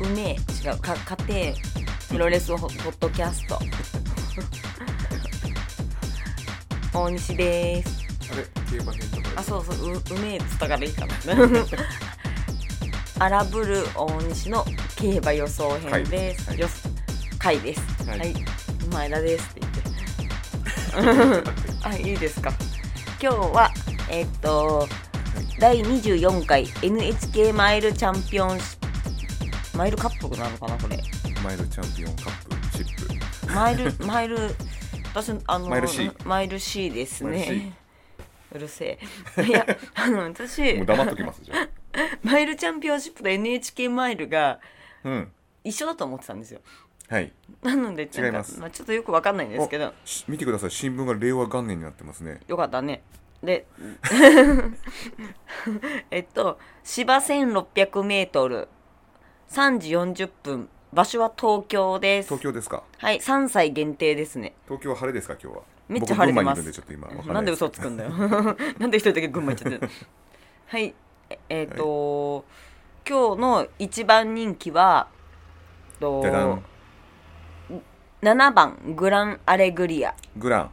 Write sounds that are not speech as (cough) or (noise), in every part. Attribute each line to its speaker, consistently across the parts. Speaker 1: ううめえ違うか家庭プロレスホポッドキャスト大西です
Speaker 2: あれ競馬編とか
Speaker 1: あそうそうううめえっつったからいい
Speaker 2: (laughs)
Speaker 1: かな荒ぶる大西の競馬予想編です、
Speaker 2: はい
Speaker 1: よす回ですは、
Speaker 2: はいい
Speaker 1: 前田ですって
Speaker 2: (laughs)
Speaker 1: 言ってあいいですか今日はえっと第24回 NHK マイルチャンピオンシマイルカップなのかなこ
Speaker 2: (laughs)
Speaker 1: れ
Speaker 2: マイルチャンピオンカップシップ
Speaker 1: マイルマイル私あの
Speaker 2: マイル C
Speaker 1: マイル C です
Speaker 2: マイル C
Speaker 1: ねうるせえいやあの私
Speaker 2: もう黙っときますじゃ
Speaker 1: (laughs)
Speaker 2: あ
Speaker 1: マイルチャンピオンシップと NHK マイルが
Speaker 2: うん
Speaker 1: 一緒だと思ってたんですよ
Speaker 2: はい
Speaker 1: なのでなんか
Speaker 2: 違います
Speaker 1: あ、ちょっとよくわかんないんですけど
Speaker 2: おし見てください新聞が令和元年になってますね
Speaker 1: よかったね。で、 (laughs) えっと、芝1600メートル、3時40分、場所は東京です。
Speaker 2: 東京ですか
Speaker 1: はい、3歳限定ですね。
Speaker 2: 東京は晴れですか今日は
Speaker 1: めっちゃ晴れてます
Speaker 2: 僕群馬にいるんでちょっと今わかんない
Speaker 1: なんで嘘つくんだよ。 (laughs) なんで一人だけ群馬行っちゃってるはい、ええっと、今日の一番人気は、えっ
Speaker 2: じゃじゃ
Speaker 1: と
Speaker 2: ん、
Speaker 1: 7番、グランアレグリア。
Speaker 2: グラン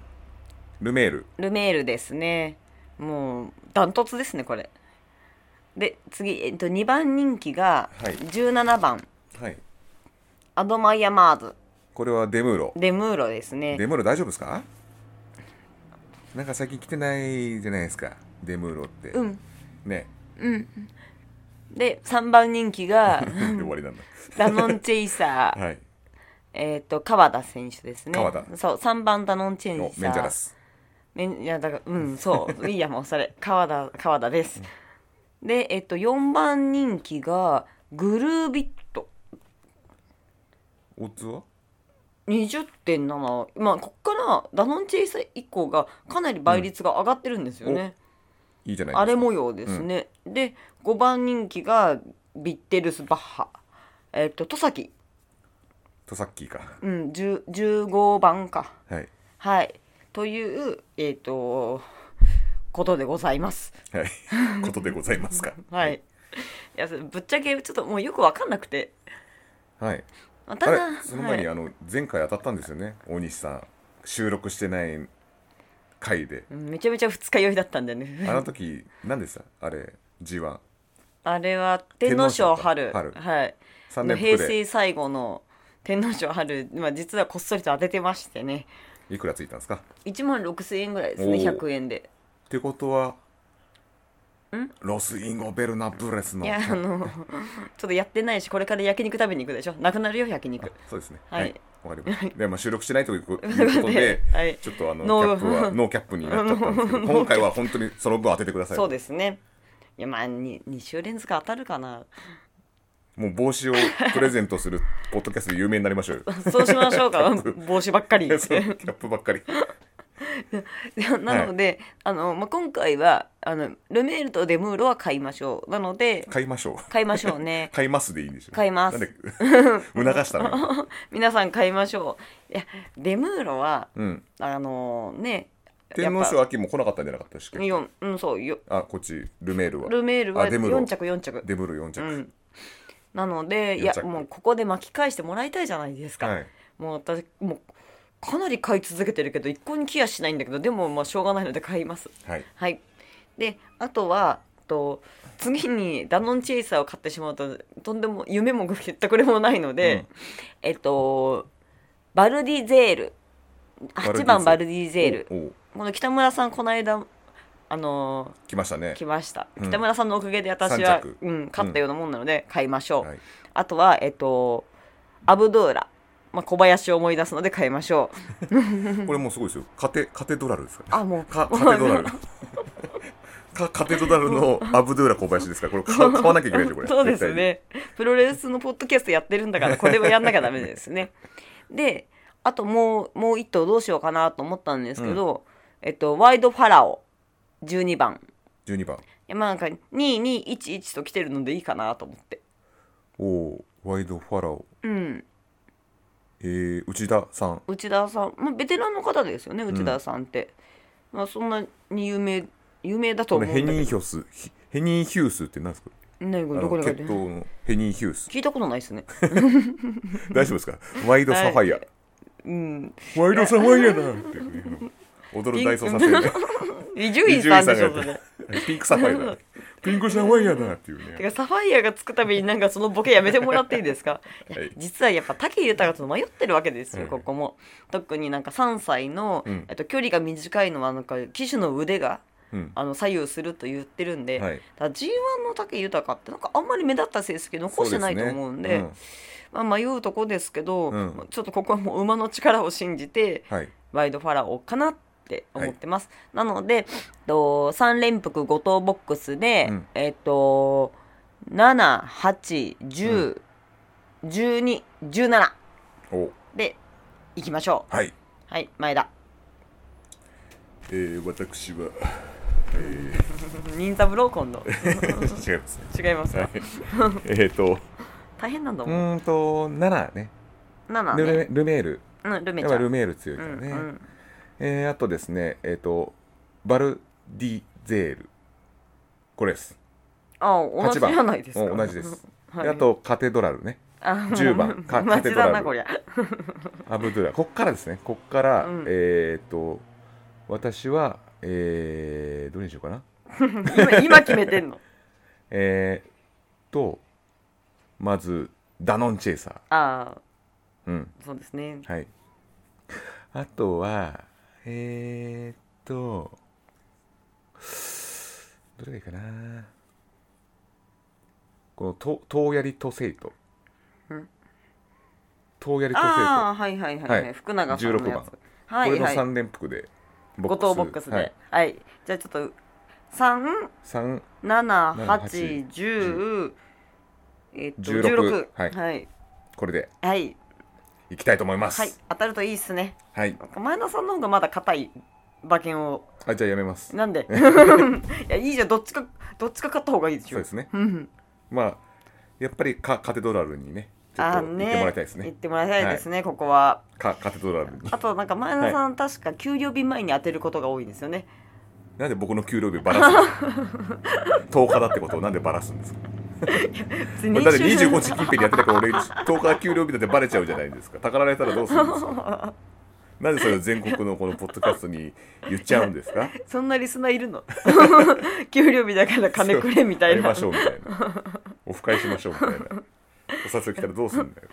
Speaker 2: ルメール
Speaker 1: ルメールですねもうダントツですねこれで次、えっと、2番人気が
Speaker 2: はい
Speaker 1: 17番、
Speaker 2: はい
Speaker 1: アドマイヤマーズ
Speaker 2: これはデムーロ
Speaker 1: デムーロですね
Speaker 2: デムーロ大丈夫ですかなんか最近来てないじゃないですかデムーロって
Speaker 1: うん (laughs)
Speaker 2: ね
Speaker 1: で3番人気が
Speaker 2: (laughs) で終わりなんだ
Speaker 1: ダノンチェイサー
Speaker 2: はい
Speaker 1: えっと川田選手ですね
Speaker 2: 川田
Speaker 1: そう3番ダノンチェ
Speaker 2: お
Speaker 1: イサー
Speaker 2: メンジャラス
Speaker 1: めんいやだからうん
Speaker 2: (laughs)
Speaker 1: そういいやもうそれ川田川田です、でえっと4番人気がグルービット
Speaker 2: オッズは
Speaker 1: 20.7まあこっからダノンチェイス以降がかなり倍率が上がってるんですよね、
Speaker 2: いいじゃないですか
Speaker 1: あれ模様ですね、で5番人気がビッテルス・バッハえっ、と戸崎
Speaker 2: トサッキーか
Speaker 1: うん10 15番か
Speaker 2: はい
Speaker 1: はいというえっ、とことでございます (laughs)
Speaker 2: はいことでございますか
Speaker 1: はいいやそれぶっちゃけちょっともうよくわかんなくて
Speaker 2: はい
Speaker 1: まあ
Speaker 2: あ
Speaker 1: た
Speaker 2: れ
Speaker 1: だ
Speaker 2: その前に
Speaker 1: はい
Speaker 2: あの前回当たったんですよね大西さん収録してない回で
Speaker 1: うんめちゃめちゃ二日酔いだったんだよね
Speaker 2: あの時何でしたあれ G13
Speaker 1: あれは天皇賞春
Speaker 2: 天皇賞春
Speaker 1: はい、
Speaker 2: 連
Speaker 1: 平
Speaker 2: 複で
Speaker 1: 成最後の天皇賞春、まあ、実はこっそりと当ててましてね
Speaker 2: いくらついたんですか
Speaker 1: 1万6000円ぐらいですね
Speaker 2: おー
Speaker 1: 100円で
Speaker 2: ってことはロス・インゴ・ベルナブレスの
Speaker 1: いやあのちょっとやってないしこれから焼肉食べに行くでしょなくなるよ焼肉
Speaker 2: そうですね
Speaker 1: はい
Speaker 2: はいわ、かりましたでまあ収録してないとい
Speaker 1: (laughs)
Speaker 2: うことで
Speaker 1: はい
Speaker 2: ちょっとあのキ
Speaker 1: ノー
Speaker 2: ャップはノーキャップになっちゃったんですけど
Speaker 1: (laughs)
Speaker 2: 今回は本当にその分当ててください
Speaker 1: そうですねいやまあ 2, 2週連続当たるかな
Speaker 2: もう帽子をプレゼントするポッドキャストで有名になりましょうよ
Speaker 1: そうしましょう
Speaker 2: (laughs)
Speaker 1: か帽子ばっかり
Speaker 2: そうキャップばっかり
Speaker 1: いやなので、あのまあ、今回はあのルメールとデムーロは買いましょうなので
Speaker 2: 買いましょう
Speaker 1: 買いましょうね
Speaker 2: 買いますでいいんでしょ
Speaker 1: 買います (laughs)
Speaker 2: なんで促したの
Speaker 1: 皆さん買いましょういやデムーロは
Speaker 2: うん
Speaker 1: あのね
Speaker 2: 天皇賞
Speaker 1: やっ
Speaker 2: 秋も来なかったんじゃなかったっ
Speaker 1: ぱ
Speaker 2: け
Speaker 1: よんうんそうよ
Speaker 2: あこっちルメールは
Speaker 1: ルメールは
Speaker 2: あデムロ
Speaker 1: 4着4着
Speaker 2: デブル4着、
Speaker 1: うんなのでい
Speaker 2: 四
Speaker 1: や
Speaker 2: 着
Speaker 1: もうここで巻き返してもらいたいじゃないですか、
Speaker 2: はい
Speaker 1: もう私もうかなり買い続けてるけど一向に気やしないんだけどでもまあしょうがないので買います
Speaker 2: はい
Speaker 1: はいであとはと次にダノンチェイサーを買ってしまうととんでも夢もひったくれもないので、えっとバルディゼール8番バ
Speaker 2: バ
Speaker 1: ルデ
Speaker 2: ル
Speaker 1: ィゼール
Speaker 2: おお
Speaker 1: この北村さんこの間あの
Speaker 2: 来ましたね
Speaker 1: ー来ました、
Speaker 2: うん
Speaker 1: 北村さんのおかげで私は
Speaker 2: 三着、
Speaker 1: うん、勝ったようなもんなので買いましょう、
Speaker 2: はい
Speaker 1: あとはえっとアブドゥーラ、まあ、小林を思い出すので買いましょう
Speaker 2: これもうすごいですよカテカテドラルですかね
Speaker 1: あもう
Speaker 2: かカテドラルかカテドラルのアブドゥーラ小林ですからこれ買わ買わなきゃいけないでしょこれ
Speaker 1: そうですねプロレスのポッドキャストやってるんだからこれはやんなきゃダメですねであともうもう一頭どうしようかなと思ったんですけど、えっとワイドファラオ12番
Speaker 2: 絶対に12番
Speaker 1: いやまあなんか2211と来てるのでいいかなと思って
Speaker 2: おおワイドファラオ
Speaker 1: うん
Speaker 2: えー、内田さん
Speaker 1: 内田さん、まあ、ベテランの方ですよね内田さんって、まあそんなに有名有名だと
Speaker 2: こ
Speaker 1: 思
Speaker 2: れ
Speaker 1: うん
Speaker 2: ヘ
Speaker 1: だ
Speaker 2: ニー
Speaker 1: け
Speaker 2: ヒ
Speaker 1: ど
Speaker 2: ョスヒヘニーヒュースって何ですか
Speaker 1: 何こ
Speaker 2: あ
Speaker 1: れどこ
Speaker 2: の
Speaker 1: に書いて
Speaker 2: 血
Speaker 1: ある
Speaker 2: 統のヘニー・ヒュース (laughs)
Speaker 1: 聞いたことないですね
Speaker 2: 大丈夫ですかワイドサファイア
Speaker 1: うん
Speaker 2: ワイドサファイアだっていうね踊る大捜査線
Speaker 1: (laughs)
Speaker 2: で
Speaker 1: 伊集院さんでしょそ
Speaker 2: 伊集院さんが
Speaker 1: れ
Speaker 2: やっピンクサファイア
Speaker 1: (laughs)
Speaker 2: だピンクサファイアだっていう
Speaker 1: て
Speaker 2: ね
Speaker 1: かサファイアがつくたびになんかそのボケやめてもらっていいです
Speaker 2: (laughs)
Speaker 1: かいや
Speaker 2: はい
Speaker 1: 実はやっぱ武豊と迷ってるわけですよ、
Speaker 2: うん
Speaker 1: ここも特になんか3歳の、
Speaker 2: うん
Speaker 1: えっと、距離が短いのはなんか騎手の腕が
Speaker 2: うん
Speaker 1: あの左右すると言ってるんで、
Speaker 2: はい
Speaker 1: だから G1 の武豊ってなんかあんまり目立った成績残してないと思うんで
Speaker 2: そうすね
Speaker 1: まあ、迷うとこですけど、
Speaker 2: うん
Speaker 1: ちょっとここはもう馬の力を信じて
Speaker 2: うんはい
Speaker 1: ワイドファラオかなって思ってます。なので、と3連複5等ボックスで、
Speaker 2: うん
Speaker 1: えっ、と、7、8、10、12、17
Speaker 2: お
Speaker 1: でいきましょう。
Speaker 2: はい
Speaker 1: はい、前田。
Speaker 2: えー私は (laughs)
Speaker 1: 忍三郎今度。
Speaker 2: 違いますね
Speaker 1: 違います
Speaker 2: は
Speaker 1: か
Speaker 2: い。えっと
Speaker 1: 大変なんだ
Speaker 2: う
Speaker 1: もん。
Speaker 2: ーんと7ね
Speaker 1: 7
Speaker 2: ル
Speaker 1: ね。
Speaker 2: メルメール
Speaker 1: うん、ルメ
Speaker 2: や
Speaker 1: ち
Speaker 2: っぱ
Speaker 1: ゃ
Speaker 2: りル
Speaker 1: ん。
Speaker 2: メール強いうから
Speaker 1: ん、
Speaker 2: ね、
Speaker 1: うん。
Speaker 2: えーあとですねえっ、とバルディゼールこれです
Speaker 1: あ、同じ
Speaker 2: 八
Speaker 1: じ
Speaker 2: 番
Speaker 1: ゃないですか。
Speaker 2: お同じです。
Speaker 1: は
Speaker 2: であとカテドラルね10番
Speaker 1: (laughs) か
Speaker 2: か
Speaker 1: 同
Speaker 2: カ
Speaker 1: じ
Speaker 2: テド
Speaker 1: だ
Speaker 2: ラ
Speaker 1: な
Speaker 2: ル
Speaker 1: こりゃ。
Speaker 2: アブドゥラこっからですねこっから、
Speaker 1: うん
Speaker 2: えっ、と私はえー、どれにしようかな
Speaker 1: 今今決めてんの。
Speaker 2: えー、とまずダノンチェイサー
Speaker 1: ああ、
Speaker 2: うん
Speaker 1: そうですね。
Speaker 2: はいあとはえー、とどれがいいかなこのと遠やりとセイト
Speaker 1: うん
Speaker 2: 遠やりとセイ
Speaker 1: あ
Speaker 2: ト
Speaker 1: あはいはいはい、はい
Speaker 2: はい
Speaker 1: 福永さんの
Speaker 2: 16
Speaker 1: や
Speaker 2: 番
Speaker 1: つは
Speaker 2: これ
Speaker 1: い
Speaker 2: の
Speaker 1: はい
Speaker 2: 3連複でボ
Speaker 1: 五等ボックスでは
Speaker 2: はいい、
Speaker 1: じゃあちょっと三
Speaker 2: 3
Speaker 1: 七八
Speaker 2: 八
Speaker 1: 十えっと十
Speaker 2: 16
Speaker 1: 六
Speaker 2: はい
Speaker 1: はい
Speaker 2: これで
Speaker 1: はい、
Speaker 2: いきたいと思います
Speaker 1: はい当たるといいっすね
Speaker 2: はい
Speaker 1: なんか前田さんの方がまだ硬い馬券を
Speaker 2: あじゃあやめます
Speaker 1: なん
Speaker 2: (laughs)
Speaker 1: でいやいいじゃんどっちかどっちか勝った方がいいでし
Speaker 2: そう
Speaker 1: ょ
Speaker 2: ですね
Speaker 1: うん
Speaker 2: まあやっぱりカカテドラルにねちょっ
Speaker 1: あ
Speaker 2: と
Speaker 1: ー
Speaker 2: 行っ
Speaker 1: ね
Speaker 2: てもらいたいです
Speaker 1: 行っ
Speaker 2: ね
Speaker 1: てもらいたいですね、ここは
Speaker 2: カカテドラルに
Speaker 1: あとなんか前田さん、確か給料日前に当てることが多いんですよね
Speaker 2: (laughs) なんで僕の給料日ばらすん
Speaker 1: (laughs)
Speaker 2: ですか10日だってことをなんでばらすんですか
Speaker 1: 別に
Speaker 2: 俺だって25日近辺でやってたから俺10日給料日だってバレちゃうじゃないですかたかられたらどうするんですか
Speaker 1: (laughs)
Speaker 2: なんでそれを全国のこのポッドキャストに言っちゃうんですか
Speaker 1: そんなリスナーい
Speaker 2: (laughs)
Speaker 1: るの給料日だから金くれみたい
Speaker 2: やり
Speaker 1: な
Speaker 2: ましょうみたいなオフ会しましょうみたいなお誘い来たらどうするんだよ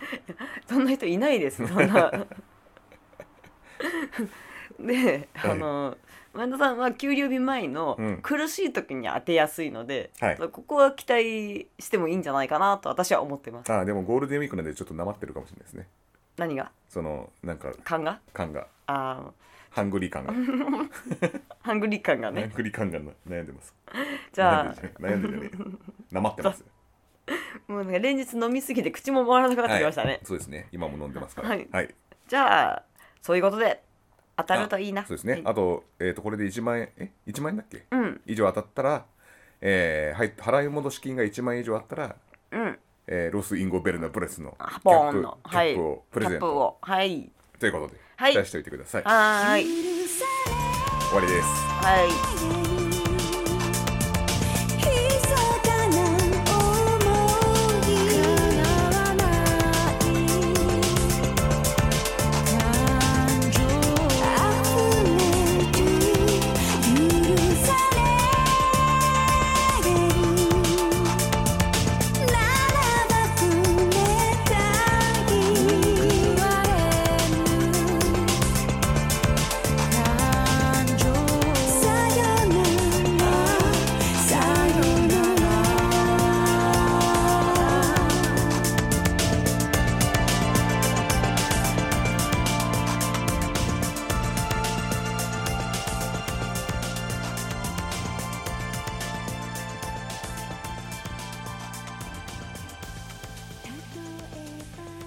Speaker 1: そんな人いない
Speaker 2: (laughs)
Speaker 1: ですそんなであの前田さんは給料日前の
Speaker 2: うん
Speaker 1: 苦しい時に当てやすいので、
Speaker 2: はい
Speaker 1: ここは期待してもいいんじゃないかなと私は思ってます
Speaker 2: ああでもゴールデンウィークなんでちょっとなまってるかもしれないですね
Speaker 1: 何が
Speaker 2: そのなんか
Speaker 1: 勘が
Speaker 2: 感が
Speaker 1: あ
Speaker 2: ハングリー
Speaker 1: (laughs)
Speaker 2: 感が
Speaker 1: ーハングリー感が
Speaker 2: ハン
Speaker 1: ね
Speaker 2: グリー感が悩んでます
Speaker 1: じゃあ
Speaker 2: 悩んでるじゃねえなまってます
Speaker 1: もうなんか連日飲みすぎて口も回らなくなってきましたね、
Speaker 2: はいそうですね今も飲んでますから
Speaker 1: はいじゃあそういうことで当たるといいな
Speaker 2: そうですね
Speaker 1: はい
Speaker 2: あとえっとこれで1万円え1万円だっけ
Speaker 1: うん
Speaker 2: 以上当たったらえーはい払い戻し金が1万円以上あったら
Speaker 1: うん
Speaker 2: えーロスインゴベルナブレスのキ
Speaker 1: あ
Speaker 2: ャ
Speaker 1: ポーン
Speaker 2: ッ
Speaker 1: の
Speaker 2: プキャップをプレゼン
Speaker 1: キャップ
Speaker 2: ト
Speaker 1: をはい
Speaker 2: ということで
Speaker 1: はい
Speaker 2: 期待しておいてください
Speaker 1: はーい
Speaker 2: 終わりです
Speaker 1: はい
Speaker 3: 「許されない